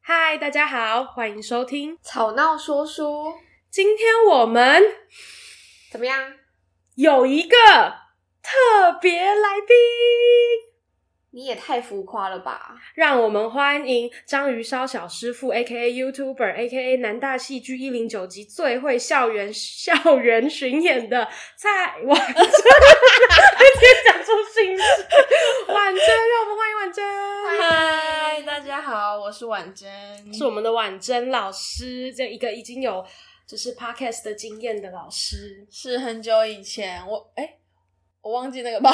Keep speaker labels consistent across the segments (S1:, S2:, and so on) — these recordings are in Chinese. S1: 嗨，大家好，欢迎收听。
S2: 吵闹说书
S1: 今天我们
S2: 怎么样？
S1: 有一个特别来宾，
S2: 你也太浮夸了吧！
S1: 让我们欢迎章鱼烧小师傅 （A.K.A. YouTuber A.K.A. 南大戏剧一零九级最会校园校园巡演的蔡婉珍， 直接讲出姓氏。婉珍，让我们欢迎婉珍。
S3: 嗨，大家好，我是婉珍。
S1: 是我们的婉珍老师，这一个已经有就是 podcast 的经验的老师。
S3: 是很久以前，我哎、我忘 记那个吧。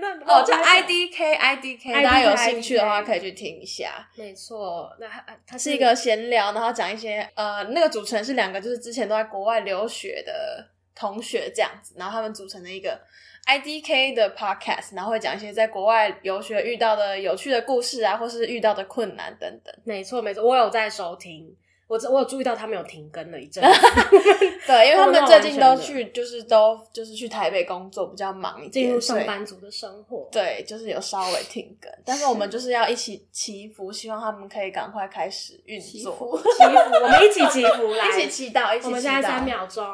S1: 那
S3: 哦，叫 IDK IDK，大家有
S1: IDK
S3: 兴趣的话可以去听一下。
S1: 没错，那他他
S3: 是一个闲聊，然后讲一些呃，那个主持人是两个，就是之前都在国外留学的同学这样子，然后他们组成的一个 IDK 的 podcast，然后会讲一些在国外留学遇到的有趣的故事啊，或是遇到的困难等等。
S1: 没错没错，我有在收听，我只我有注意到他们有停更了一阵子，
S3: 对，因为他
S1: 哦那
S3: 们
S1: 完
S3: 最近
S1: 全
S3: 都
S1: 的
S3: 去，就是都就是去台北工作，比较忙一点，
S1: 进入
S3: 所以
S1: 上班族的生活。
S3: 对，就是有稍微停更，但是我们就是要一起祈福，希望他们可以赶快开始运
S2: 祈
S3: 作，
S2: 福
S1: 祈福，我们一起祈福来，
S3: 一起祈祷，一起祈祷。
S1: 我们现在三，秒钟。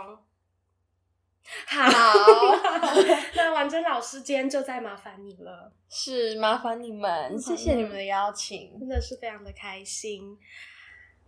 S1: 好，
S3: 好，
S1: 那婉珍老师今天就再麻烦你了，
S3: 是麻烦你们，谢谢你们的邀请。
S1: 真的是非常的开心。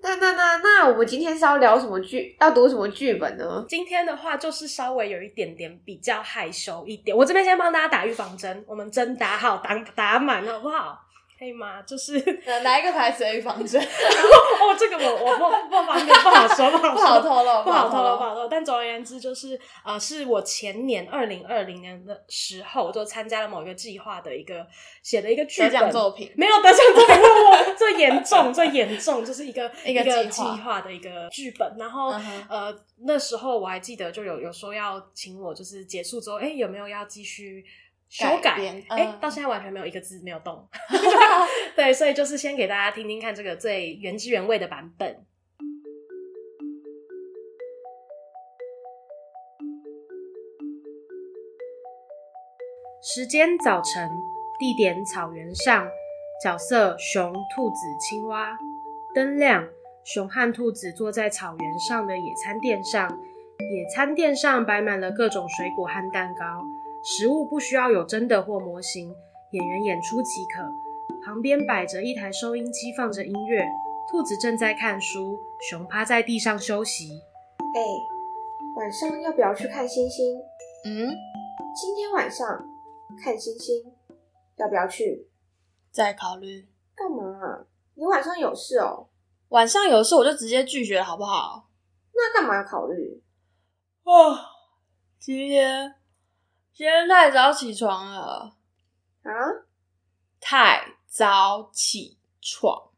S2: 那那那那，我们今天是要聊什么剧？要读什么剧本呢？
S1: 今天的话就是稍微有一点点比较害羞一点，我这边先帮大家打预防针，我们针打好，打打满好不好？可以吗？就是
S3: 哪哪一个牌子的预防 针？
S1: 哦，这个我我不不方便，不好说，不好
S3: 不
S1: 说，
S3: 好透露，
S1: 不好透
S3: 透
S1: 露，不。好透露。但总而言之，就是呃，是我前年二零二零年的时候，我就参加了某一个计划的一个写的一个剧
S3: 得
S1: 本
S3: 奖作品，
S1: 没有得奖作品，我最严重，最严重就是一个
S3: 一个
S1: 计
S3: 计
S1: 划
S3: 划
S1: 的一个剧本。然后、
S3: 嗯哼
S1: 呃，那时候我还记得，就有有说要请我，就是结束之后，哎，有没有要继续修
S3: 改
S1: 改
S3: 编？
S1: 哎、
S3: 嗯
S1: 到现在完全没有一个字没有 动。 对，所以就是先给大家听听看这个最原汁原味的版本。时间早晨，地点草原上，角色熊、兔子、青蛙。灯亮，熊和兔子坐在草原上的野餐垫上，野餐垫上摆满了各种水果和蛋糕。食物不需要有真的或模型，演员演出即可。旁边摆着一台收音机，放着音乐。兔子正在看书，熊趴在地上休息。
S2: 哎，晚上要不要去看星星？
S3: 嗯，
S2: 今天晚上看星星，要不要去？
S3: 再考虑。
S2: 干嘛啊？你晚上有事哦？
S3: 晚上有事我就直接拒绝了，好不好？
S2: 那干嘛要考虑？
S3: 哦，今天今天太早起床了，
S2: 啊？
S3: 太早起床。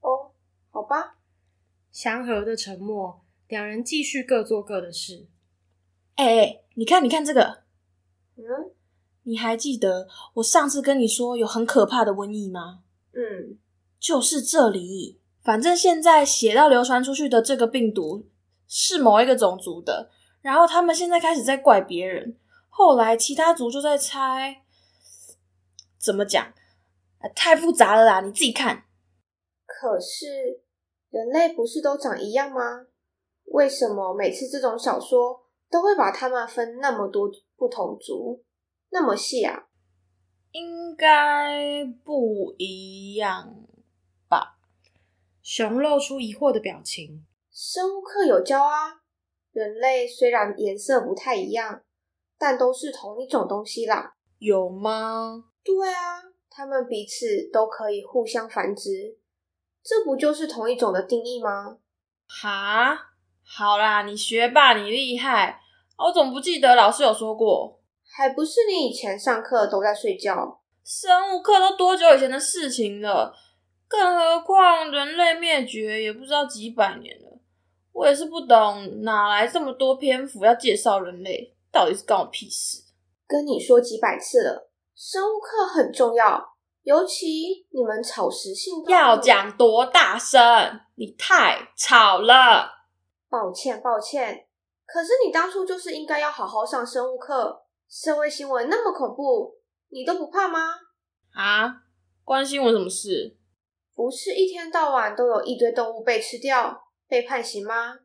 S2: 哦，好吧。
S1: 祥和的沉默，两人继续各做各的事。
S3: 哎、哎，你看，你看这个，
S2: 嗯
S3: 你还记得我上次跟你说有很可怕的瘟疫吗？
S2: 嗯，
S3: 就是这里。反正现在写到流传出去的这个病毒是某一个种族的，然后他们现在开始在怪别人，后来其他族就在猜，怎么讲？呃太复杂了啦，你自己看。
S2: 可是人类不是都长一样吗？为什么每次这种小说都会把它们分那么多不同族，那么细啊？
S3: 应该不一样。
S1: 熊露出疑惑的表情。
S2: 生物课有教啊，人类虽然颜色不太一样，但都是同一种东西啦。
S3: 有吗？
S2: 对啊，它们彼此都可以互相繁殖，这不就是同一种的定义吗？
S3: 哈，好啦，你学霸，你厉害。哦我总不记得老师有说过，
S2: 还不是你以前上课都在睡觉？
S3: 生物课都多久以前的事情了，更何况人类灭绝也不知道几百年了。我也是不懂哪来这么多篇幅要介绍人类，到底是关我屁事？
S2: 跟你说几百次了，生物课很重要，尤其你们草食性动物
S3: 要。讲多大声？你太吵了。
S2: 抱歉，抱歉，可是你当初就是应该要好好上生物课，社会新闻那么恐怖，你都不怕吗？
S3: 啊，关心我什么事？
S2: 不是一天到晚都有一堆动物被吃掉、被判刑吗？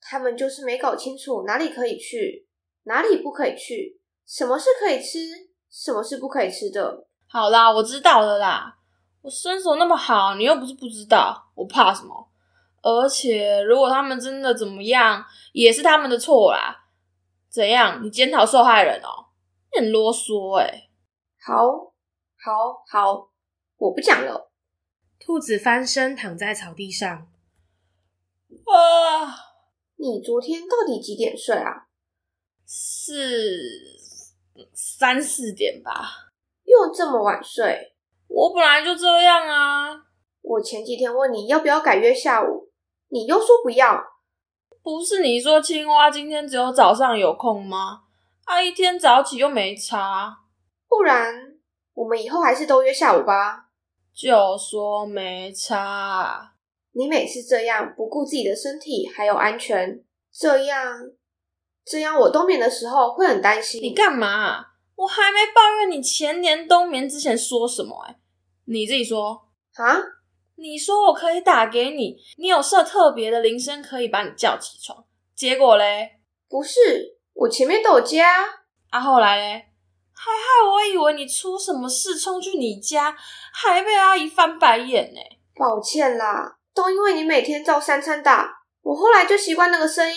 S2: 他们就是没搞清楚哪里可以去，哪里不可以去，什么是可以吃，什么是不可以吃的。
S3: 好啦，我知道了啦。我身手那么好，你又不是不知道，我怕什么？而且如果他们真的怎么样，也是他们的错啦。怎样？你检讨受害人哦、你很啰嗦欸诶、
S2: 好，好，好，我不讲了。
S1: 兔子翻身躺在草地上，
S3: 啊，
S2: 你昨天到底几点睡啊？
S3: 是三四点吧。
S2: 又这么晚睡？
S3: 我本来就这样啊，
S2: 我前几天问你要不要改约下午，你又说不要。
S3: 不是你说青蛙今天只有早上有空吗？它一天早起又没差，
S2: 不然我们以后还是都约下午吧。
S3: 就说没差。啊
S2: 你每次这样不顾自己的身体还有安全，这样这样我冬眠的时候会很担心。
S3: 你干嘛？啊我还没抱怨你前年冬眠之前说什么哎、你自己说。
S2: 啊？
S3: 你说我可以打给你，你有设特别的铃声可以把你叫起床，结果嘞，
S2: 不是，我前面都有接啊。
S3: 啊后来嘞，还害我以为你出什么事冲去你家，还被阿姨翻白眼呢、
S2: 抱歉啦，都因为你每天照三餐打，我后来就习惯那个声音，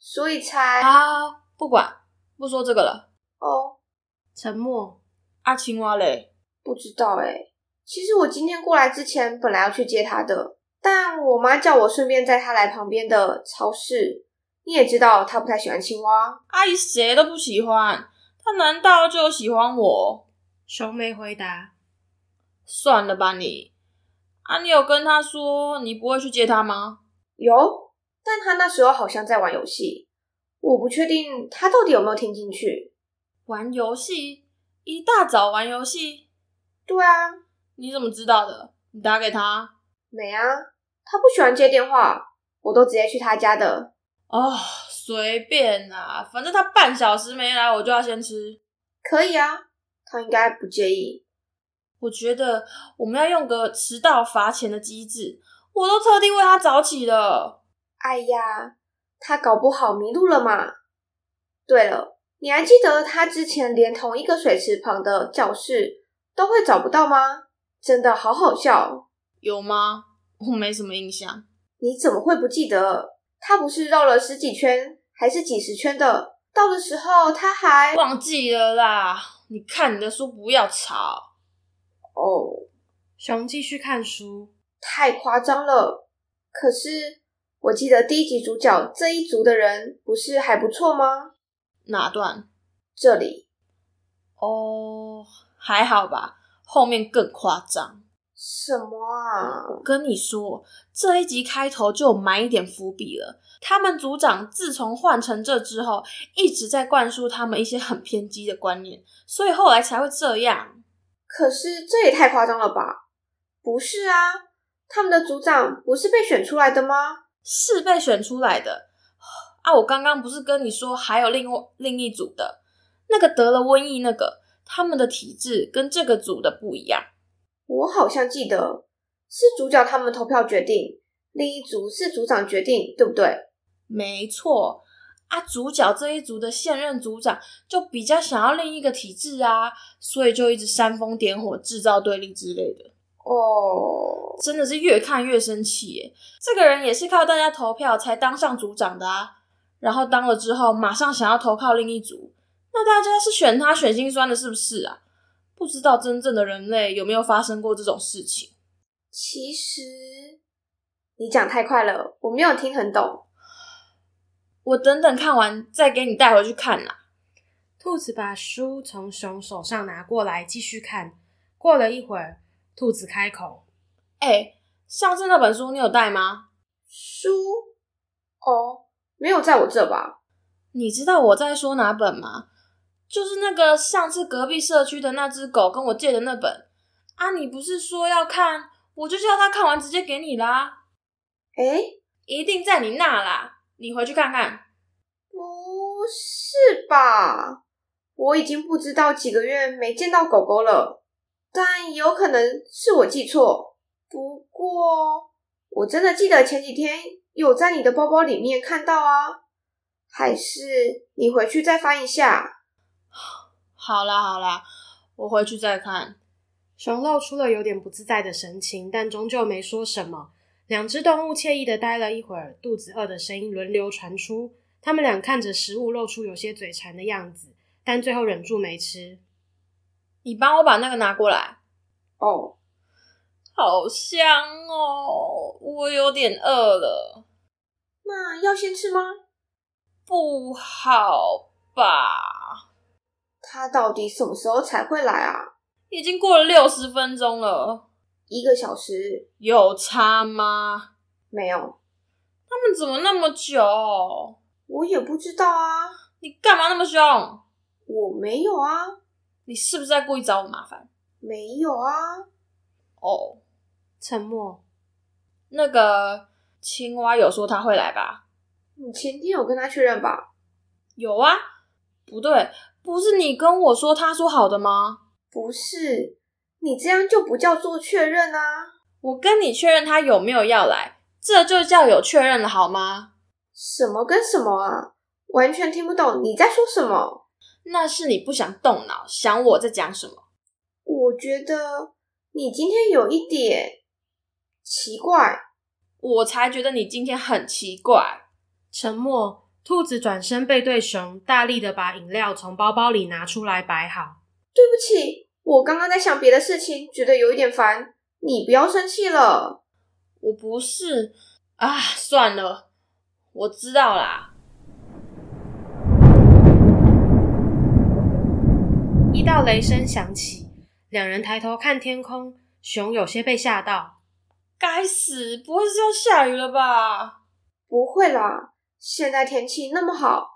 S2: 所以才
S3: 好，不管，不说这个了。
S2: 哦，
S1: 沉默。
S3: 啊青蛙嘞，
S2: 不知道哎、其实我今天过来之前本来要去接他的，但我妈叫我顺便带他来旁边的超市。你也知道，他不太喜欢青蛙。
S3: 阿姨谁都不喜欢，她难道就喜欢我？
S1: 熊没回答。
S3: 算了吧你，啊你有跟她说你不会去接她吗？
S2: 有，但他那时候好像在玩游戏，我不确定他到底有没有听进去。
S3: 玩游戏，一大早玩游戏，
S2: 对啊，
S3: 你怎么知道的？你打给她。
S2: 没啊，他不喜欢接电话，我都直接去他家的。
S3: 哦，随便啦、反正他半小时没来，我就要先吃。
S2: 可以啊，他应该不介意。
S3: 我觉得我们要用个迟到罚钱的机制，我都特地为他早起了。
S2: 哎呀，他搞不好迷路了嘛。对了，你还记得他之前连同一个水池旁的教室都会找不到吗？真的好好笑，
S3: 有吗？我没什么印象。
S2: 你怎么会不记得？他不是绕了十几圈还是几十圈的？到的时候他还
S3: 忘记了啦。你看你的书，不要吵。
S2: 哦，
S1: 熊继续看书，
S2: 太夸张了。可是我记得第一集主角这一族的人不是还不错吗？
S3: 哪段？
S2: 这里
S3: 哦，还好吧。后面更夸张。
S2: 什么啊？
S3: 跟你说，这一集开头就有埋一点伏笔了。他们组长自从换成这之后，一直在灌输他们一些很偏激的观念，所以后来才会这样。
S2: 可是这也太夸张了吧？不是啊，他们的组长不是被选出来的吗？
S3: 是被选出来的啊！我刚刚不是跟你说还有另外另一组的那个得了瘟疫那个，他们的体质跟这个组的不一样。
S2: 我好像记得是主角他们投票决定，另一组是组长决定，对不对？
S3: 没错啊，主角这一组的现任组长就比较想要另一个体制啊，所以就一直煽风点火、制造对立之类的，
S2: 哦，
S3: 真的是越看越生气耶。这个人也是靠大家投票才当上组长的啊，然后当了之后马上想要投靠另一组，那大家是选他选心酸的，是不是啊？不知道真正的人类有没有发生过这种事情？
S2: 其实你讲太快了，我没有听很懂。
S3: 我等等看完再给你带回去看啦。
S1: 兔子把书从熊手上拿过来，继续看。过了一会儿，兔子开口
S3: 哎、上次那本书你有带吗？
S2: 书哦，没有在我这吧？
S3: 你知道我在说哪本吗？就是那个上次隔壁社区的那只狗跟我借的那本啊！你不是说要看，我就叫他看完直接给你啦，
S2: 诶，
S3: 一定在你那啦，你回去看看。
S2: 不是吧？我已经不知道几个月没见到狗狗了，但有可能是我记错。不过，我真的记得前几天有在你的包包里面看到啊，还是你回去再翻一下。
S3: 好啦好啦，我回去再看。
S1: 熊露出了有点不自在的神情，但终究没说什么。两只动物惬意的待了一会儿，肚子饿的声音轮流传出。他们俩看着食物，露出有些嘴馋的样子，但最后忍住没吃。
S3: 你帮我把那个拿过来，
S2: 哦，
S3: 好香哦，我有点饿了，
S2: 那要先吃吗？
S3: 不好吧？
S2: 他到底什么时候才会来啊？
S3: 已经过了六十分钟了，
S2: 一个小时
S3: 有差吗？
S2: 没有，
S3: 他们怎么那么久？
S2: 我也不知道啊，
S3: 你干嘛那么凶？
S2: 我没有啊，
S3: 你是不是在故意找我麻烦？
S2: 没有啊，
S3: 哦，
S1: 沉默。
S3: 那个青蛙有说他会来吧？
S2: 你前天有跟他确认吧？
S3: 有啊，不对，不是你跟我说他说好的吗？
S2: 不是，你这样就不叫做确认啊。
S3: 我跟你确认他有没有要来，这就叫有确认了好吗？
S2: 什么跟什么啊？完全听不懂你在说什么。
S3: 那是你不想动脑，想我在讲什么。
S2: 我觉得你今天有一点奇怪。
S3: 我才觉得你今天很奇怪。
S1: 沉默。兔子转身背对熊，大力的把饮料从包包里拿出来摆好。
S2: 对不起，我刚刚在想别的事情，觉得有一点烦。你不要生气了。
S3: 我不是啊，算了，我知道啦。
S1: 一道雷声响起，两人抬头看天空，熊有些被吓到。
S3: 该死，不会是要下雨了吧？
S2: 不会啦，现在天气那么好，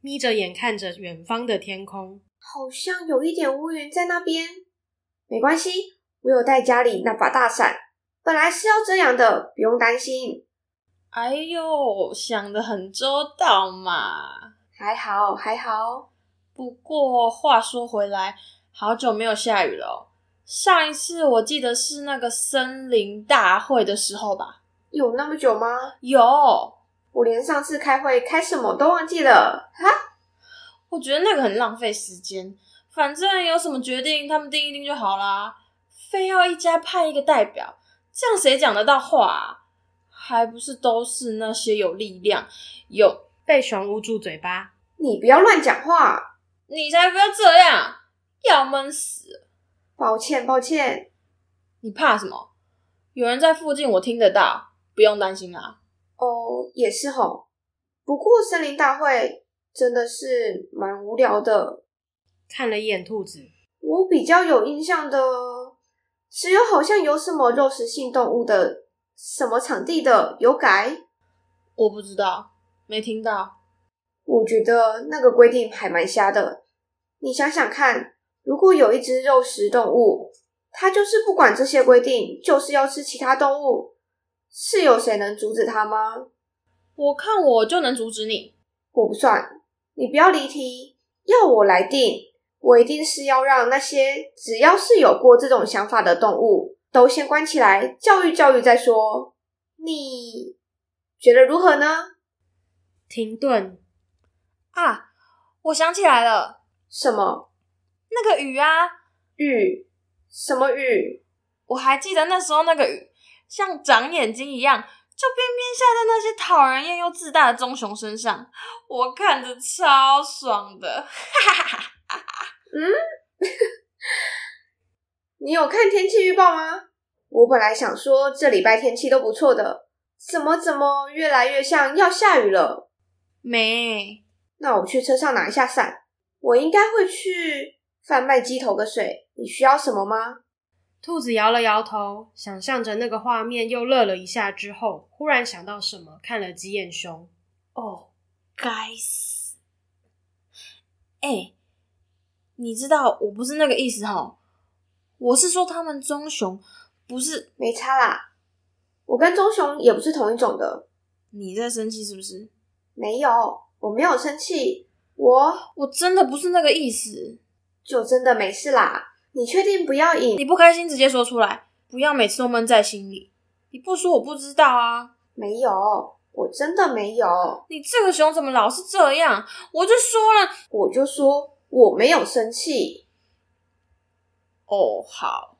S1: 眯着眼看着远方的天空。
S2: 好像有一点乌云在那边。没关系，我有带家里那把大伞，本来是要这样的，不用担心。
S3: 哎呦，想的很周到嘛。
S2: 还好，还好。
S3: 不过话说回来，好久没有下雨了哦、上一次我记得是那个森林大会的时候吧？
S2: 有那么久吗？
S3: 有，
S2: 我连上次开会开什么都忘记了。哈，
S3: 我觉得那个很浪费时间。反正有什么决定，他们定一定就好啦。非要一家派一个代表，这样谁讲得到话、啊？还不是都是那些有力量、有……
S1: 被熊捂住嘴巴。
S2: 你不要乱讲话。
S3: 你才不要这样，要闷死了！
S2: 抱歉，抱歉。
S3: 你怕什么？有人在附近，我听得到，不用担心啦。
S2: 哦，也是吼。不过森林大会真的是蛮无聊的。
S1: 看了一眼兔子，
S2: 我比较有印象的，只有好像有什么肉食性动物的什么场地的有改。
S3: 我不知道，没听到。
S2: 我觉得那个规定还蛮瞎的。你想想看，如果有一只肉食动物，它就是不管这些规定，就是要吃其他动物，是有谁能阻止它吗？
S3: 我看我就能阻止你。
S2: 我不算，你不要离题，要我来定，我一定是要让那些只要是有过这种想法的动物都先关起来，教育教育再说。你觉得如何呢？
S1: 停顿。
S3: 啊，我想起来了，
S2: 什么
S3: 那个雨啊，
S2: 玉？什么玉？
S3: 我还记得那时候那个雨像长眼睛一样，就偏偏下在那些讨人厌又自大的棕熊身上，我看着超爽的。
S2: 你有看天气预报吗？我本来想说这礼拜天气都不错的，怎么怎么越来越像要下雨了？
S3: 没，
S2: 那我去车上拿一下伞。我应该会去贩卖机投个水。你需要什么吗？
S1: 兔子摇了摇头，想象着那个画面，又乐了一下之后，忽然想到什么，看了几眼熊。
S3: 哦，该死！哎、你知道我不是那个意思哈，我是说他们棕熊不是
S2: 没差啦，我跟棕熊也不是同一种的。
S3: 你在生气是不是？
S2: 没有，我没有生气，我
S3: 我真的不是那个意思，
S2: 就真的没事啦。你确定不要引？
S3: 你不开心直接说出来，不要每次都闷在心里。你不说我不知道啊！
S2: 没有，我真的没有。
S3: 你这个熊怎么老是这样？我就说了，
S2: 我就说我没有生气。
S3: 哦，好，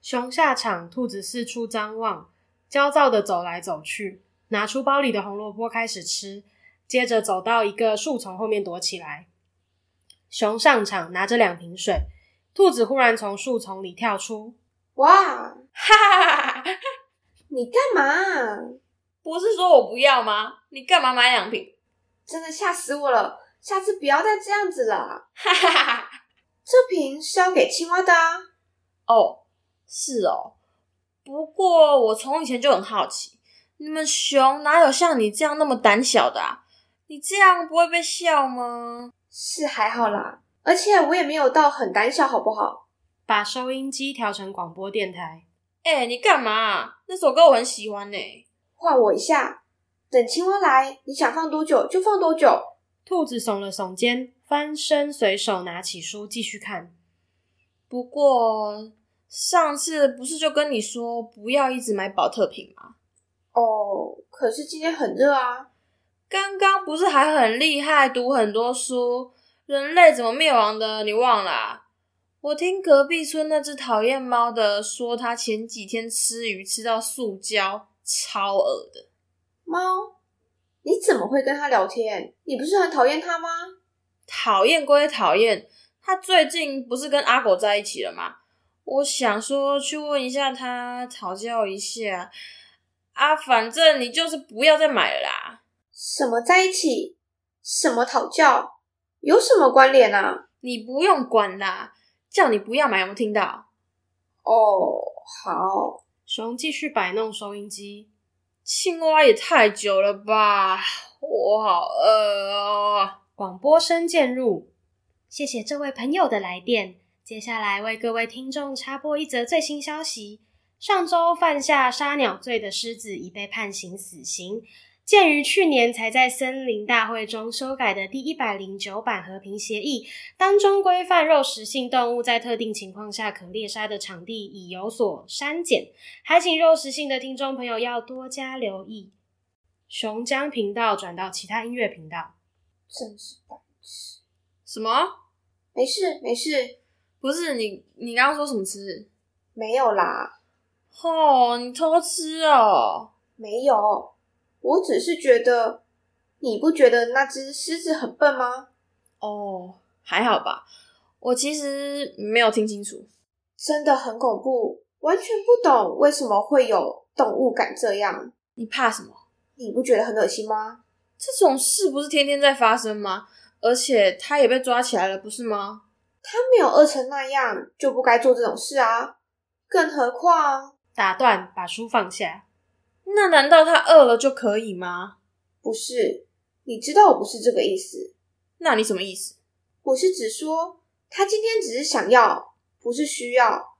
S1: 熊下场，兔子四处张望，焦躁的走来走去，拿出包里的红萝卜开始吃，接着走到一个树丛后面躲起来。熊上场，拿着两瓶水，兔子忽然从树丛里跳出，
S2: 哇，
S3: 哈哈哈哈！
S2: 你干嘛？
S3: 不是说我不要吗？你干嘛买两瓶？
S2: 真的吓死我了！下次不要再这样子了。
S3: 哈哈哈哈！
S2: 这瓶是要给青蛙的、啊。
S3: 哦，是哦。不过我从以前就很好奇，你们熊哪有像你这样那么胆小的啊？你这样不会被笑吗？
S2: 是还好啦，而且我也没有到很胆小，好不好？
S1: 把收音机调成广播电台。
S3: 哎、你干嘛、那首歌我很喜欢呢、
S2: 换我一下，等青蛙来，你想放多久就放多久。
S1: 兔子耸了耸肩，翻身随手拿起书继续看。
S3: 不过上次不是就跟你说不要一直买保特瓶吗？
S2: 哦，可是今天很热啊。
S3: 刚刚不是还很厉害，读很多书，人类怎么灭亡的？你忘了啊、我听隔壁村那只讨厌猫的说，它前几天吃鱼吃到塑胶，超恶的。
S2: 猫，你怎么会跟它聊天？你不是很讨厌它吗？
S3: 讨厌归讨厌，他最近不是跟阿狗在一起了吗？我想说去问一下他，讨教一下。啊，反正你就是不要再买了啦。
S2: 什么在一起？什么讨教？有什么关联啊？
S3: 你不用管啦，叫你不要买，有没有听到？
S2: 哦，好，
S1: 熊继续摆弄收音机，
S3: 青蛙也太久了吧，我好饿哦。
S1: 广播声渐入。谢谢这位朋友的来电。接下来为各位听众插播一则最新消息：上周犯下杀鸟罪的狮子已被判刑死刑。鉴于去年才在森林大会中修改的第一百零九版和平协议当中规范肉食性动物在特定情况下可猎杀的场地已有所删减，还请肉食性的听众朋友要多加留意。熊将频道转到其他音乐频道。
S2: 真是白痴。
S3: 什么？
S2: 没事没事，
S3: 不是你，你刚刚说什么吃？
S2: 没有啦，
S3: 哦，你偷吃哦。
S2: 没有。我只是觉得，你不觉得那只狮子很笨吗？
S3: 哦，还好吧。我其实没有听清楚。
S2: 真的很恐怖，完全不懂为什么会有动物敢这样。
S3: 你怕什么？
S2: 你不觉得很恶心吗？
S3: 这种事不是天天在发生吗？而且他也被抓起来了，不是吗？
S2: 它没有饿成那样，就不该做这种事啊！更何况，
S1: 打断，把书放下。
S3: 那难道他饿了就可以吗？
S2: 不是，你知道我不是这个意思，
S3: 那你什么意思？
S2: 我是指说，它今天只是想要，不是需要。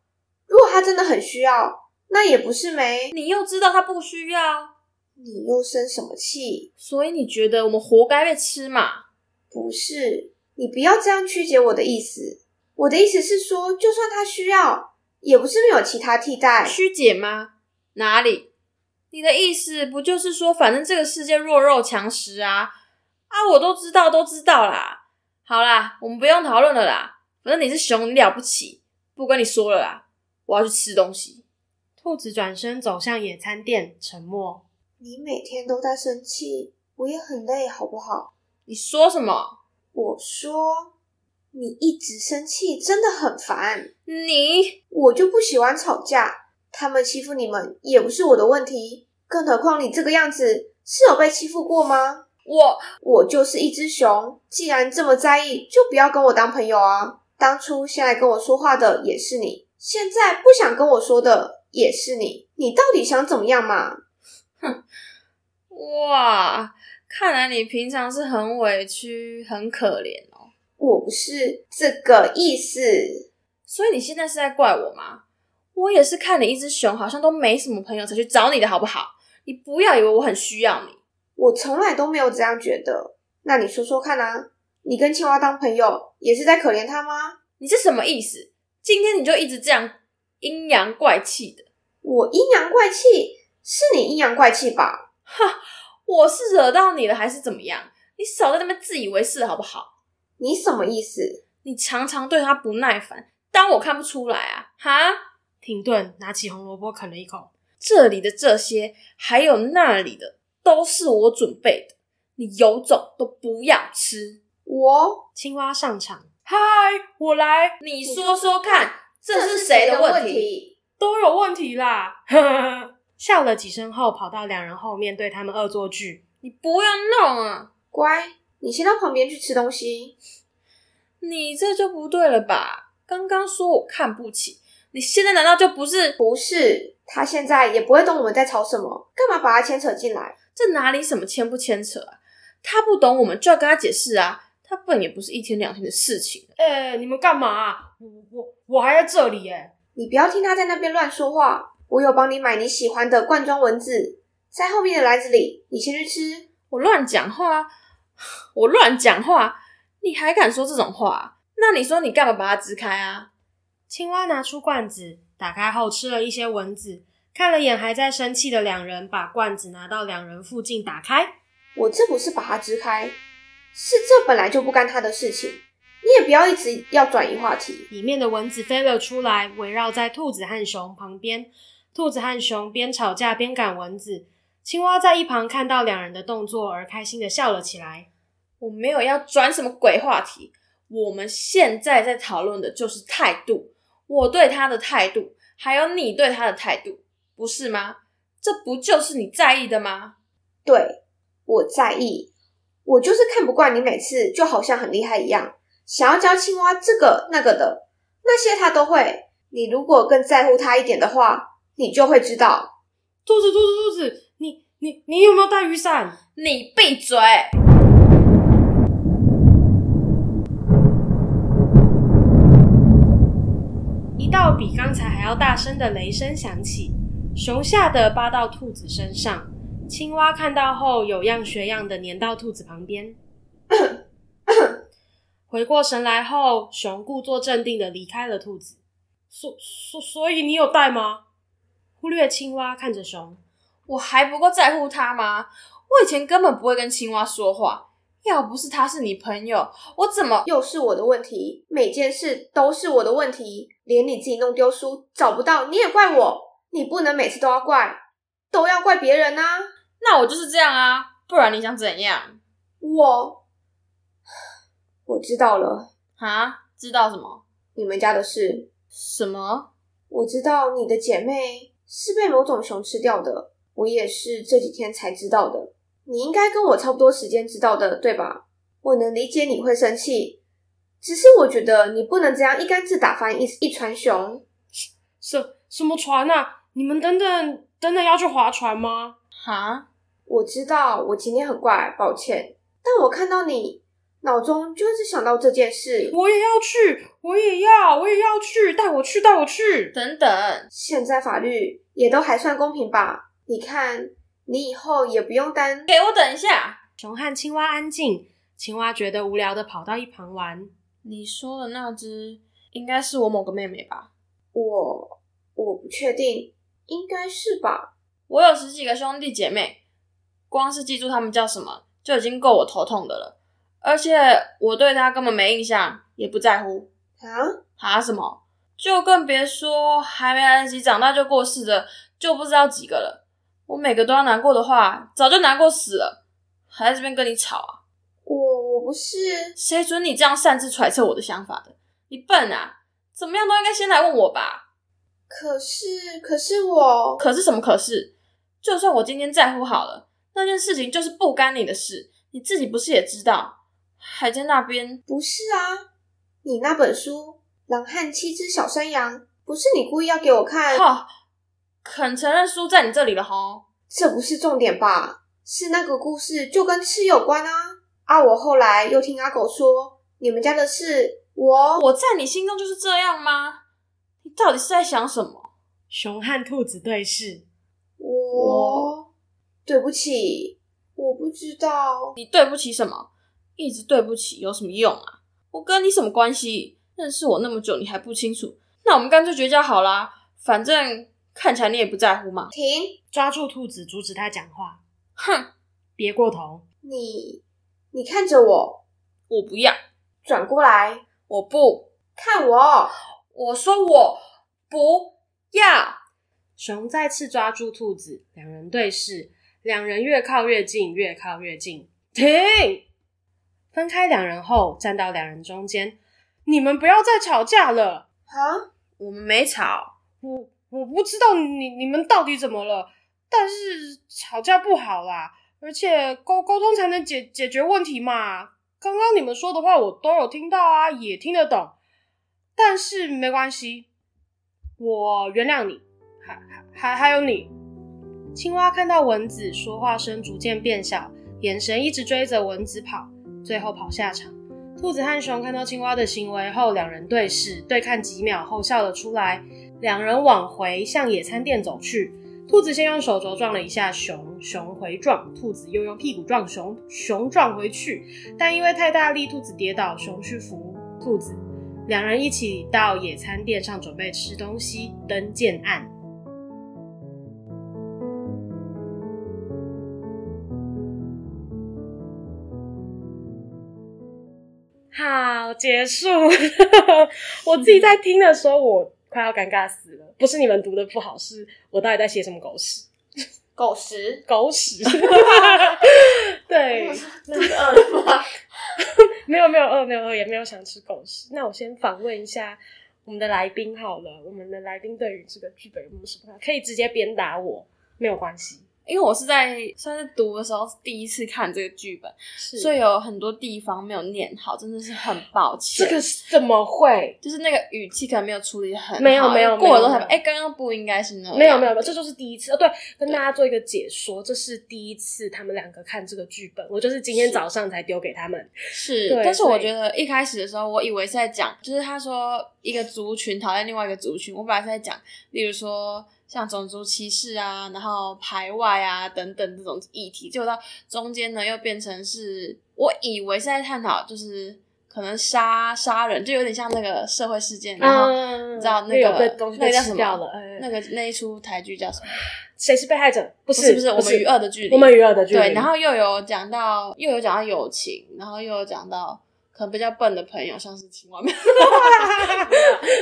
S2: 如果它真的很需要，那也不是没。
S3: 你又知道他不需要，
S2: 你又生什么气？
S3: 所以你觉得我们活该被吃嘛？
S2: 不是，你不要这样曲解我的意思。我的意思是说，就算他需要，也不是没有其他替代。
S3: 曲解吗？哪里？你的意思不就是说，反正这个世界弱肉强食啊？啊，我都知道，都知道啦。好啦，我们不用讨论了啦。反正你是熊，你了不起，不跟你说了啦。我要去吃东西。
S1: 兔子转身走向野餐店，沉默。
S2: 你每天都在生气，我也很累，好不好？
S3: 你说什么？
S2: 我说，你一直生气真的很烦，
S3: 你
S2: 我就不喜欢吵架。他们欺负你们也不是我的问题，更何况你这个样子是有被欺负过吗？
S3: 我
S2: 我就是一只熊，既然这么在意，就不要跟我当朋友啊！当初先来跟我说话的也是你，现在不想跟我说的也是你，你到底想怎么样嘛？
S3: 哇，看来你平常是很委屈、很可怜哦。
S2: 我不是这个意思，
S3: 所以你现在是在怪我吗？我也是看你一只熊，好像都没什么朋友才去找你的好不好？你不要以为我很需要你。
S2: 我从来都没有这样觉得。那你说说看啊，你跟青蛙当朋友也是在可怜它吗？
S3: 你是什么意思？今天你就一直这样阴阳怪气的，
S2: 我阴阳怪气，是你阴阳怪气吧？
S3: 我是惹到你了还是怎么样？你少在那边自以为是好不好？
S2: 你什么意思？
S3: 你常常对他不耐烦，当我看不出来啊？哈，
S1: 停顿，拿起红萝卜啃了一口。
S3: 这里的这些还有那里的都是我准备的，你有种都不要吃。
S2: 我
S1: 青蛙上场，
S3: 嗨，我来，你说说看，这是谁的问题？？
S1: 都有问题啦！ 呵呵呵笑了几声后，跑到两人后面，对他们恶作剧。
S3: 你不要弄啊！
S2: 乖，你先到旁边去吃东西。
S3: 你这就不对了吧？刚刚说我看不起你，现在难道就不是？
S2: 不是，他现在也不会懂我们在吵什么，干嘛把他牵扯进来？
S3: 这哪里什么牵不牵扯啊？他不懂，我们就要跟他解释啊。他本也不是一天两天的事情。
S1: 哎、你们干嘛、啊我我我还在这里哎、
S2: 你不要听他在那边乱说话。我有帮你买你喜欢的罐装文字，在后面的篮子里，你先去吃。
S3: 我乱讲话，啊我乱讲话，啊你还敢说这种话？啊那你说你干嘛把他支开啊？
S1: 青蛙拿出罐子，打开后吃了一些蚊子，看了眼还在生气的两人，把罐子拿到两人附近打开。
S2: 我这不是把他支开，是这本来就不干他的事情。你也不要一直要转移话题。
S1: 里面的蚊子飞了出来，围绕在兔子和熊旁边。兔子和熊边吵架边赶蚊子，青蛙在一旁看到两人的动作而开心的笑了起来。
S3: 我没有要转什么鬼话题，我们现在在讨论的就是态度，我对他的态度，还有你对他的态度，不是吗？这不就是你在意的吗？
S2: 对，我在意，我就是看不惯你每次就好像很厉害一样，想要教青蛙这个那个的，那些它都会。你如果更在乎它一点的话，你就会知道。
S1: 兔子，兔子，兔子，你你你有没有带雨伞？
S3: 你闭嘴！
S1: 一道比刚才还要大声的雷声响起，熊吓得扒到兔子身上。青蛙看到后有样学样的粘到兔子旁边。回过神来后，熊故作镇定的离开了兔子。所所所以你有带吗？忽略青蛙看着熊，
S3: 我还不够在乎他吗？我以前根本不会跟青蛙说话，要不是他是你朋友，我怎么
S2: 又是我的问题，每件事都是我的问题，连你自己弄丢书找不到，你也怪我。你不能每次都要怪，都要怪别人啊！
S3: 那我就是这样啊？不然你想怎样
S2: 我，我知道了，
S3: 啊？知道什么？
S2: 你们家的事
S3: 什么？
S2: 我知道你的姐妹是被某种熊吃掉的，我也是这几天才知道的。你应该跟我差不多时间知道的，对吧？我能理解你会生气，只是我觉得你不能这样一竿子打翻一一船熊。
S1: 什什么船啊？你们等等等等要去划船吗？
S3: 哈？
S2: 我知道我今天很怪，抱歉，但我看到你脑中就是想到这件事。
S1: 我也要去，我也要，我也要去，带我去，带我去。
S3: 等等，
S2: 现在法律也都还算公平吧？你看，你以后也不用担
S3: 给我等一下。
S1: 熊和青蛙安静，青蛙觉得无聊的跑到一旁玩。
S3: 你说的那只应该是我某个妹妹吧？
S2: 我，我不确定，应该是吧？
S3: 我有十几个兄弟姐妹，光是记住他们叫什么就已经够我头痛的了。而且我对她根本没印象，也不在乎
S2: 啊，
S3: 啊什么，就更别说还没来得及长大就过世的，就不知道几个了。我每个都要难过的话，早就难过死了，还在这边跟你吵啊！
S2: 我我不是，
S3: 谁准你这样擅自揣测我的想法的？你笨啊！怎么样都应该先来问我吧。
S2: 可是可是我
S3: 可是什么可是？就算我今天在乎好了，那件事情就是不干你的事，你自己不是也知道？还在那边，
S2: 不是啊，你那本书《狼和七只小山羊》不是你故意要给我看，
S3: 哈，肯承认输在你这里了吼。
S2: 这不是重点吧？是那个故事就跟吃有关啊啊！我后来又听阿狗说你们家的事，我
S3: 哦我在你心中就是这样吗？你到底是在想什么？
S1: 熊和兔子对视，
S2: 我对不起，我不知道，
S3: 你对不起什么？一直对不起有什么用啊？我跟你什么关系？认识我那么久，你还不清楚？那我们干脆绝交好啦，反正看起来你也不在乎嘛。
S2: 停！
S1: 抓住兔子，阻止它讲话，
S3: 哼，
S1: 别过头。
S2: 你你看着我，
S3: 我不要，
S2: 转过来
S3: 我不，
S2: 看我，啊
S3: 我说我不要。
S1: 熊再次抓住兔子，两人对视，两人越靠越近，越靠越近。停！分开两人后，站到两人中间。你们不要再吵架了。
S2: 啊！
S3: 我们没吵，
S1: 我我不知道你你们到底怎么了，但是吵架不好啦，而且沟沟通才能解解决问题嘛。刚刚你们说的话我都有听到啊，也听得懂，但是没关系，我原谅你，还还还还有你。青蛙看到蚊子说话声逐渐变小，眼神一直追着蚊子跑，最后跑下场。兔子和熊看到青蛙的行为后，两人对视，对看几秒后笑了出来。两人往回向野餐店走去。兔子先用手肘撞了一下熊，熊回撞；兔子又用屁股撞熊，熊撞回去。但因为太大力，兔子跌倒，熊去扶兔子。两人一起到野餐店上准备吃东西。灯渐暗，好，结束。 我自己在听的时候，我快要尴尬死了。不是你们读的不好，是我到底在写什么狗屎？
S2: 狗食，
S1: 狗屎！ 对，
S2: 肚子饿了吗？
S1: 没有没有饿，没有饿，也没有想吃狗屎。那我先访问一下我们的来宾好了。我们的来宾对于这个剧本有没有什么看法？可以直接鞭打我，没有关系。
S3: 因为我是在算是读的时候第一次看这个剧本，
S1: 是
S3: 所以有很多地方没有念好，真的是很抱歉。
S1: 这个是怎么会？
S3: 就是那个语气可能没有处理得很好，
S1: 没有没有
S3: 过了之后才
S1: 没有
S3: 哎，刚刚不应该是那样，
S1: 没有没有没有，这就是第一次哦。对，跟大家做一个解说，这是第一次他们两个看这个剧本，我就是今天早上才丢给他们。
S3: 是
S1: 对，
S3: 但是
S1: 所以
S3: 我觉得一开始的时候，我以为是在讲，就是他说一个族群讨厌另外一个族群，我本来是在讲，例如说像种族歧视啊，然后排外啊等等这种议题，结果到中间呢又变成是我以为是在探讨，就是可能杀杀人，就有点像那个社会事件，然后
S1: 嗯
S3: 你知道那
S1: 就有
S3: 个
S1: 被东西
S3: 那
S1: 被
S3: 个叫
S1: 吃
S3: 什
S1: 掉
S3: 么
S1: 了，哎
S3: 那个那一出台剧叫什么？
S1: 谁是被害者？不
S3: 不是
S1: 不
S3: 不是，我们与恶的距离，
S1: 我们与恶的距离。
S3: 对，然后又有讲到，又有讲到友情，然后又有讲到可能比较笨的朋友，像是青蛙妹，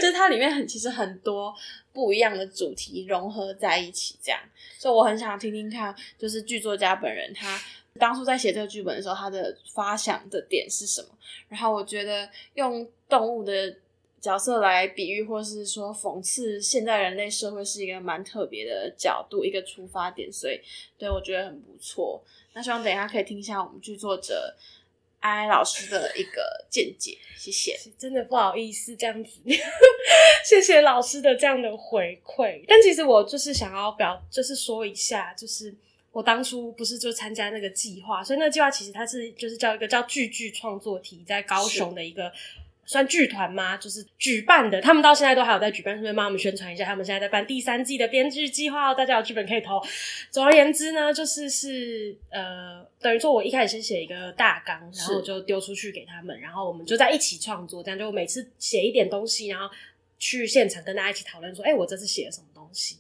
S3: 就是它里面很其实很多不一样的主题融合在一起，这样，所以我很想听听看，就是剧作家本人他当初在写这个剧本的时候，他的发想的点是什么？然后我觉得用动物的角色来比喻，或是说讽刺现代人类社会，是一个蛮特别的角度，一个出发点，所以对我觉得很不错。那希望等一下可以听一下我们剧作者安安老师的一个见解，谢谢。
S1: 真的不好意思这样子， 谢谢老师的这样的回馈。但其实我就是想要表，就是说一下，就是我当初不是就参加那个计划，所以那个计划其实它是就是叫一个叫剧剧创作题，在高雄的一个。算剧团吗？就是举办的，他们到现在都还有在举办，顺便帮我们宣传一下，他们现在在办第三季的编剧计划哦，大家有剧本可以投。总而言之呢，就是是呃，等于说我一开始先写一个大纲，然后
S3: 是
S1: 我就丢出去给他们，然后我们就在一起创作，这样就每次写一点东西，然后去现场跟大家一起讨论说，哎、我这次写了什么东西。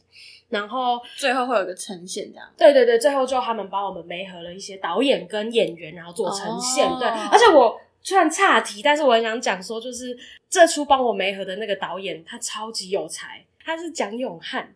S1: 然后，
S3: 最后会有个呈现这样，
S1: 对对对，最后就他们帮我们媒合了一些导演跟演员，然后做呈现。
S3: 哦
S1: 对，而且我虽然岔题，但是我很想讲说，就是这出帮我媒合的那个导演，他超级有才，他是蒋永汉。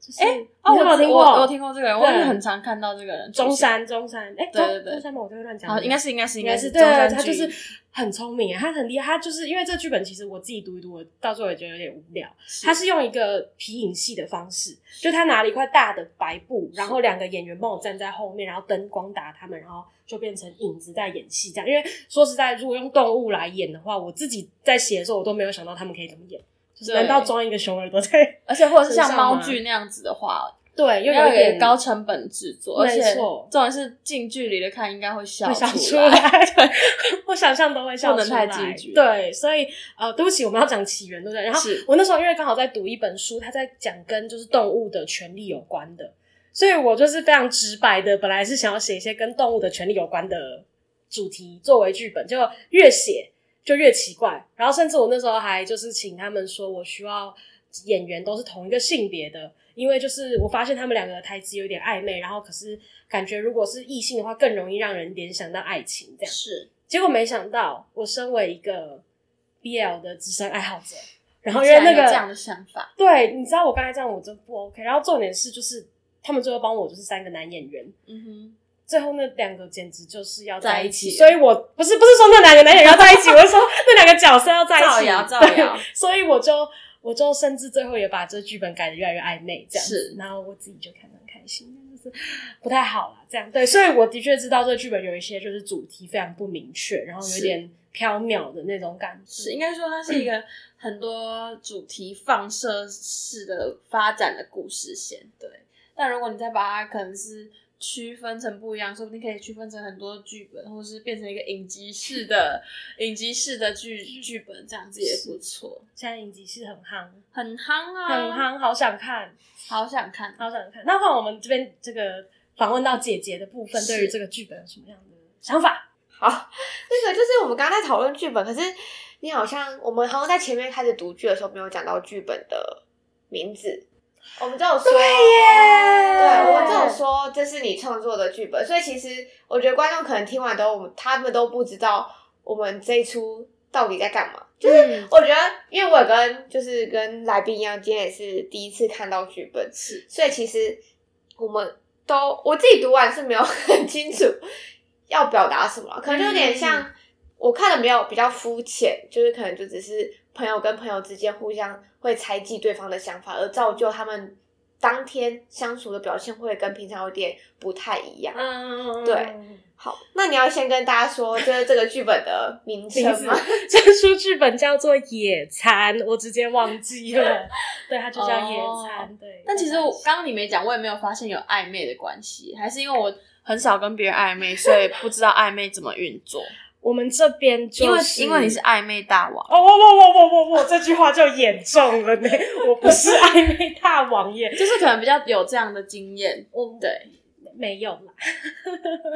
S1: 就是
S3: 哎
S1: 你
S3: 哦，
S1: 有没
S3: 我
S1: 有听过？
S3: 我我有听过这个人，我
S1: 对
S3: 也很常看到这个人出现。
S1: 中山，中山，哎、
S3: 对
S1: 中
S3: 对对
S1: 中山嘛，我就会乱讲。
S3: 啊，应该是应该是
S1: 应该是
S3: 是
S1: 对
S3: 中山，
S1: 他就是
S3: 居
S1: 很聪明，他很厉害。他就是因为这剧本，其实我自己读一读，我到最后也觉得有点无聊。他是用一个皮影戏的方式，就他拿了一块大的白布，然后两个演员帮我站在后面，然后灯光打他们，然后就变成影子在演戏这样。因为说实在，如果用动物来演的话，我自己在写的时候，我都没有想到他们可以怎么演。就是
S3: 对
S1: 难道装一个熊耳朵在？
S3: 而且或者是像
S1: 身上
S3: 猫
S1: 吗
S3: 剧那样子的话，
S1: 对，又
S3: 要
S1: 有一
S3: 有一个
S1: 点
S3: 高成本制作，而
S1: 没
S3: 且
S1: 错
S3: 重点是近距离的看应该会笑
S1: 会笑
S3: 出
S1: 出
S3: 来。
S1: 来，对， 我想象都会笑出来。
S3: 不能太近距离
S1: 对，所以呃，对不起，我们要讲起源，对不对？然后
S3: 是
S1: 我那时候因为刚好在读一本书，它在讲跟就是动物的权利有关的，所以我就是非常直白的，本来是想要写一些跟动物的权利有关的主题作为剧本，结果越写就越奇怪。然后甚至我那时候还就是请他们说我需要演员都是同一个性别的，因为就是我发现他们两个的台词有点暧昧，然后可是感觉如果是异性的话，更容易让人联想到爱情这样。
S3: 是
S1: 结果没想到，我身为一个 BL 的资深爱好 者，然后因为那
S3: 有
S1: 个
S3: 这样的想法，
S1: 对，你知道我刚才这样我就不 OK。然后重点是，就是他们最后帮我就是三个男演员，
S3: 嗯哼，
S1: 最后那两个简直就是要
S3: 在
S1: 在
S3: 一
S1: 一起。
S3: 起
S1: 所以我不是不是说那两个男演员要在一起，我是说那两个角色要在一
S3: 造
S1: 起。
S3: 谣造
S1: 对
S3: 谣，
S1: 所以我就我就甚至最后也把这剧本改的越来越暧昧，这样子
S3: 是
S1: 然后我自己就看得很开心，就是不太好啦，这样对，所以我的确知道这个剧本有一些就是主题非常不明确，然后有
S3: 是
S1: 点缥缈的那种感觉，
S3: 是应该说它是一 个很多主题放射式的发展的故事线，对。但如果你再把它可能是区分成不一样，说不定可以区分成很多剧本，或是变成一个影集 式的影集式的剧剧本，这样子也不错，
S1: 现在影集是很夯，
S3: 很夯啊，
S1: 很，夯，好想看，
S3: 好想看。哦
S1: 好想看。那换我们这边这个访问到姐姐的部分，
S3: 是
S1: 对于这个剧本有什么样的想法？
S2: 那个就是我们刚刚在讨论剧本，可是你好像我们好像在前面开始读剧的时候没有讲到剧本的名字，我们只有说对对，我们只有说这是你创作的剧本，所以其实我觉得观众可能听完都我们他们都不知道我们这一出到底在干嘛。就是我觉得，因为我有跟就是跟来宾一样，今天也是第一次看到剧本，
S3: 是
S2: 所以其实我们都我自己读完是没有很清楚要表达什么，可能就有点像、我看的没有比较肤浅，就是可能就只是朋友跟朋友之间互相会猜忌对方的想法，而造就他们当天相处的表现会跟平常有点不太一样。
S1: 嗯，
S2: 对。好，那你要先跟大家说，就是这个剧本的名称
S1: 名字
S2: 吗？
S1: 这出剧本叫做《野餐》，我直接忘记了。对，它就叫《野餐》对，
S3: 哦但其实我刚刚你没讲，我也没有发现有暧昧的关系，还是因为我很少跟别人暧昧，所以不知道暧昧怎么运作。
S1: 我们这边
S3: 因
S1: 就
S3: 为
S1: 是
S3: 因为你是暧昧大王，
S1: 哦，我我我我我我这句话就严重了呢。我不 是暧昧大王耶，
S3: 就是可能比较有这样的经验。
S1: 我
S3: 对，
S1: 没有啦，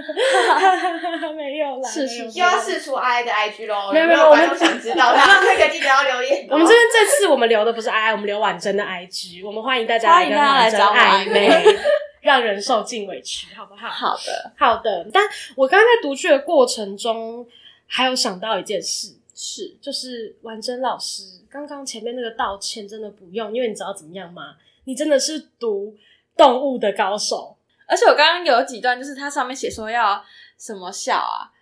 S1: 没有啦，
S3: 是是
S1: 没有
S3: 是
S2: 又要试出 I 的 IG 喽，
S1: 没有
S2: 有
S1: 没有
S2: 有观众
S1: 我们
S2: 想知 道，大家那个记得要留言哦。
S1: 我们这边这次我们留的不是 I，我们留婉珍的 IG，我们欢迎大家
S3: 欢
S1: 来
S3: 迎
S1: 跟
S3: 大家
S1: 婉
S3: 来
S1: 珍
S3: 找我
S1: 暧
S3: 暧
S1: 昧
S3: 昧，
S1: 让人受尽委屈，好不好？
S3: 好的，
S1: 好的。但我刚刚在读剧的过程中，还有想到一件事，
S3: 是
S1: 就是婉珍老师刚刚前面那个道歉真的不用，因为你知道怎么样吗？你真的是读动物的高手，
S3: 而且我刚刚有几段，就是它上面写说要什么笑啊，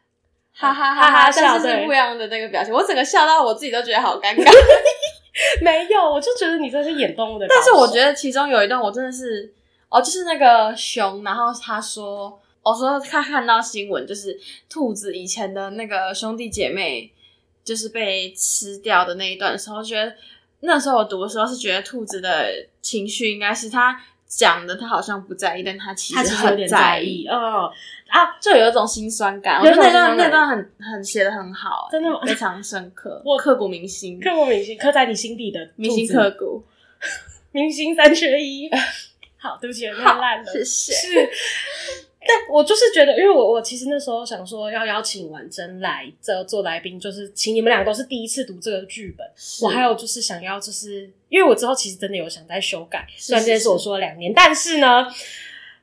S3: 哈
S1: 哈
S3: 哈哈
S1: 哈
S3: 哈，
S1: 笑
S3: 但是
S1: 对
S3: 是不一样的那个表情，我整个笑到我自己都觉得好尴尬。
S1: 没有，我就觉得你真的是演动物的高手。
S3: 但是我觉得其中有一段我真的是，哦，就是那个熊，然后他说，我、说他看到新闻，就是兔子以前的那个兄弟姐妹，就是被吃掉的那一段的时候，觉得那时候我读的时候是觉得兔子的情绪应该是他讲的，他好像不在意，但他其
S1: 他其实有
S3: 很
S1: 点
S3: 在
S1: 在
S3: 意
S1: 意，， 嗯啊，
S3: 就有一种心酸感。我
S1: 有
S3: 觉
S1: 一
S3: 得
S1: 种心
S3: 那段
S1: 酸感
S3: 那段很很写的很好、
S1: 真的吗
S3: 非常深刻，
S1: 我
S3: 刻骨铭心，
S1: 刻骨铭心，刻在你心底的
S3: 铭心
S1: 柱子
S3: 刻骨。
S1: 明星三缺一。 好，对不起，有点烂了。
S3: 谢谢。
S1: 是， 但我就是觉得，因为我我其实那时候想说要邀请婉珍来这做来宾，就是请你们俩都是第一次读这个剧本。我还有就是想要，就是因为我之后其实真的有想再修改，虽然这件事我说了两年，但是呢，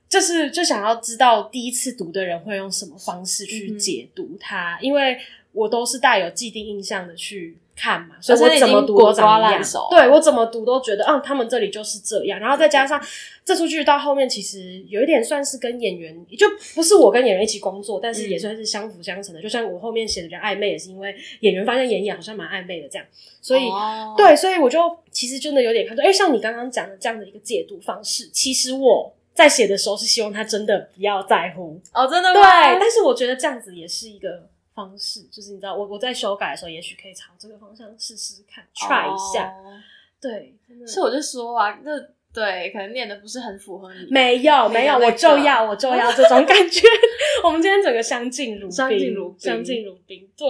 S1: 就是就想要知道第一次读的人会用什么方式去
S3: 嗯哼
S1: 解读它，因为我都是带有既定印象的去看嘛，所
S3: 而
S1: 以
S3: 且
S1: 我
S3: 已
S1: 怎么
S3: 经
S1: 读
S3: 滚
S1: 都
S3: 瓜
S1: 长一
S3: 烂
S1: 样
S3: 熟。
S1: 对我怎么读都觉得，嗯，他们这里就是这样。然后再加上这出剧到后面，其实有一点算是跟演员，就不是我跟演员一起工作，但是
S3: 嗯
S1: 也算是相辅相成的。就像我后面写的比较暧昧，也是因为演员发现演演好像蛮暧昧的这样，所以。
S3: 哦
S1: 对，所以我就其实真的有点看出，哎、像你刚刚讲的这样的一个解读方式，其实我在写的时候是希望他真的不要在乎，
S3: 哦，真的
S1: 对，
S3: 吗？
S1: 但是我觉得这样子也是一个方式，就是你知道，我我在修改的时候，也许可以朝这个方向试试看，try 一下。
S3: 哦
S1: 对，真的
S3: 所以我就说啊，那对，可能念的不是很符合你。
S1: 没有没
S3: 没
S1: 有，
S3: 有
S1: 我
S3: 那
S1: 就
S3: 个
S1: 要我就要这种感觉。 我们今天整个相敬如宾，
S3: 相敬如宾
S1: 相敬如宾。对，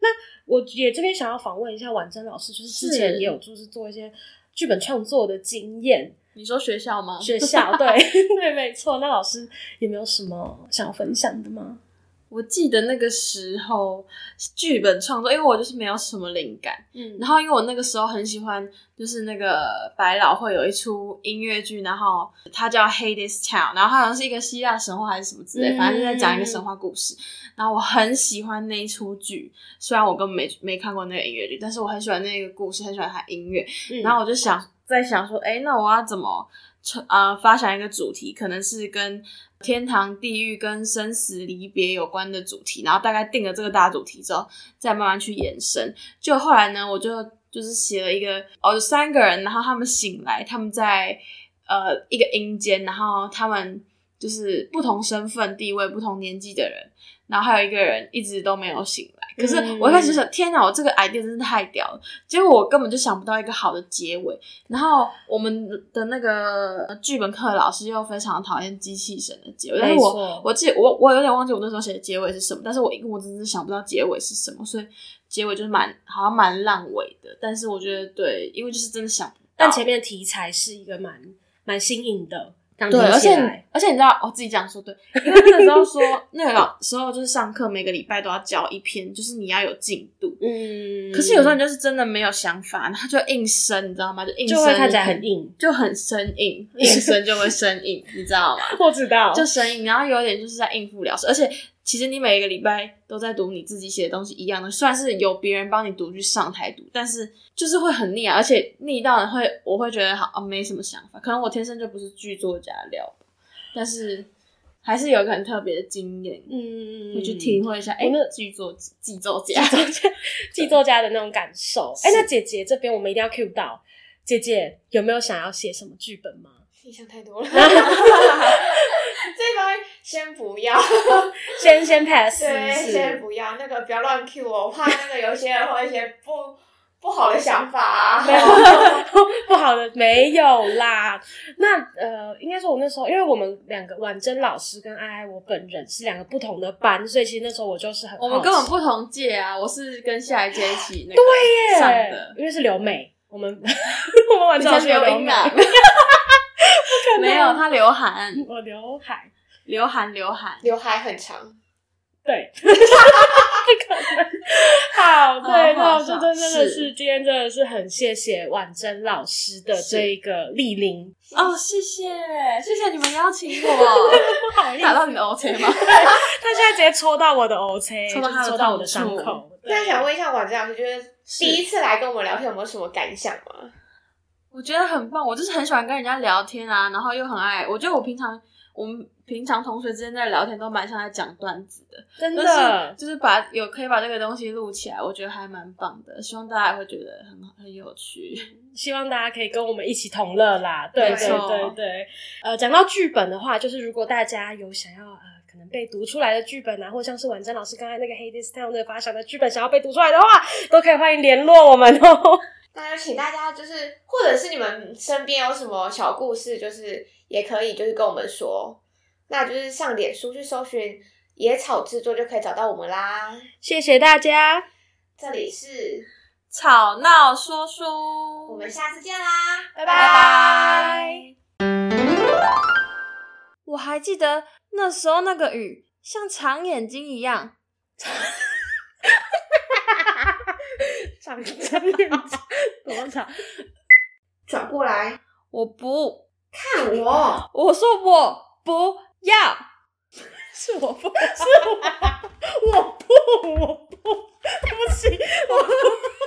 S1: 那我也这边想要访问一下婉珍老师，就是之前
S3: 是
S1: 也有就是做一些剧本创作的经验，
S3: 你说学校 吗？
S1: 学校对对没错。那老师有没有什么想要分享的吗？
S3: 我记得那个时候剧本创作，因为我就是没有什么灵感，
S1: 嗯
S3: 然后因为我那个时候很喜欢，就是那个百老汇有一出音乐剧，然后它叫《Hades Town》，然后它好像是一个希腊神话还是什么之类，
S1: 嗯
S3: 反正就在讲一个神话故事。然后我很喜欢那一出剧，虽然我根本没没看过那个音乐剧，但是我很喜欢那个故事，很喜欢它音乐。
S1: 嗯
S3: 然后我就想在想说，哎，那我要怎么创呃发想一个主题，可能是跟天堂、地狱、跟生死离别有关的主题，然后大概定了这个大主题之后，再慢慢去延伸。就后来呢，我就就是写了一个哦，有三个人，然后他们醒来，他们在呃一个阴间，然后他们就是不同身份、地位、不同年纪的人。然后还有一个人一直都没有醒来，可
S1: 嗯
S3: 是我一开始就想，天哪，我这个 idea 真是太屌了！结果我根本就想不到一个好的结尾。然后我们的那个呃剧本课老师又非常讨厌机器神的结尾，但是
S1: 没错
S3: 我我记得我我有点忘记我那时候写的结尾是什么，但是我我真的想不到结尾是什么，所以结尾就是蛮好像蛮烂尾的。但是我觉得对，因为就是真的想不到，
S1: 但前面的题材是一个蛮蛮新颖的，让你
S3: 对，而
S1: 起
S3: 且
S1: 来
S3: 而且你知道，我哦自己讲说对，因为那个时候说那个老时候就是上课每个礼拜都要交一篇，就是你要有进度。
S1: 嗯
S3: 可是有时候你就是真的没有想法，然后就硬生，你知道吗？就硬生，
S1: 就会看起来很，硬，
S3: 就很生 硬，硬生就会生硬，你知 道吗？嗯
S1: 我知道
S3: 就生硬，然后有点就是在应付了事。而且其实你每一个礼拜都在读你自己写的东西一样的，虽然是有别人帮你读去上台读，但是就是会很腻啊，而且腻到会我会觉得好、啊、没什么想法，可能我天生就不是剧作家料吧，但是还是有一个很特别的经验。
S1: 嗯，
S3: 会去体会一下，哎、那剧作剧作家，
S1: 记作家的那种感受。哎、那姐姐这边我们一定要 cue 到，姐姐有没有想要写什么剧本吗？
S2: 你想太多了，这 方面先不要，
S1: 先先 pass，
S2: 对，
S1: 是不
S2: 先
S1: 是
S2: 不要那个，不要乱 Q 我，我怕那个有些人会有一些不不好的想法、啊。
S1: 没有 不好的，没有啦。那呃，应该说，我那时候因为我们两个婉珍老师跟爱爱我本人是两个不同的班，所以其实那时候我就是很
S3: 我们根本
S1: 好
S3: 不同届啊，我是跟下一届一起那个
S1: 奇
S3: 上
S1: 耶
S3: 的，
S1: 因为是留美，我 们我们婉
S3: 你
S1: 珍老
S3: 才
S1: 师有
S3: 留
S1: 留
S3: 英
S1: 美，
S3: 男， 没有他刘涵，
S1: 我刘海，
S3: 刘涵，刘涵，
S2: 刘海很长，
S1: 对，不可能。好，对，那
S3: 好
S1: 我这
S3: 好
S1: 真真的
S3: 是
S1: 是今天真的是很谢谢婉珍老师的这一个莅临，
S3: 哦，谢谢，谢谢你们邀请 我，
S1: 不好意思，
S3: 打到你的 OK 吗？
S1: 他现在直接戳到我的 O C，
S3: 戳到他的
S1: 戳到我的
S3: 痛
S1: 伤
S3: 处
S1: 口。对
S2: 那想问一下婉珍老师，就是
S3: 是
S2: 第一次来跟我们聊天，有没有什么感想吗？
S3: 我觉得很棒，我就是很喜欢跟人家聊天啊，然后又很爱，我觉得我平常我们平常同学之间在聊天都蛮像在讲段子的，
S1: 真
S3: 但
S1: 的
S3: 是，就是把有可以把这个东西录起来，我觉得还蛮棒的，希望大家也会觉得很很有 趣。
S1: 希望大家可以跟我们一起同乐啦。对
S2: 没
S1: 对
S3: 错
S1: 对对，呃，讲到剧本的话，就是如果大家有想要呃。可能被读出来的剧本啊，或像是婉珍老师刚才那个《Hades Town》的发想的剧本，想要被读出来的话， 都可以欢迎联络我们哦。
S2: 那就请大家就是，或者是你们身边有什么小故事，就是也可以就是跟我们说，那就是上脸书去搜寻野草制作就可以找到我们啦。
S1: 谢谢大家。
S2: 这里是，
S3: 吵闹说书，
S2: 我们下次见啦，
S1: 拜
S3: 拜 拜。我还记得那时候那个雨像长眼睛一样，
S1: 长长眼睛，多 长？
S2: 转过来
S3: 我不，
S2: 看我。
S3: 我说我不要。
S1: 是我不，是我，我不，我不，对不起，我不。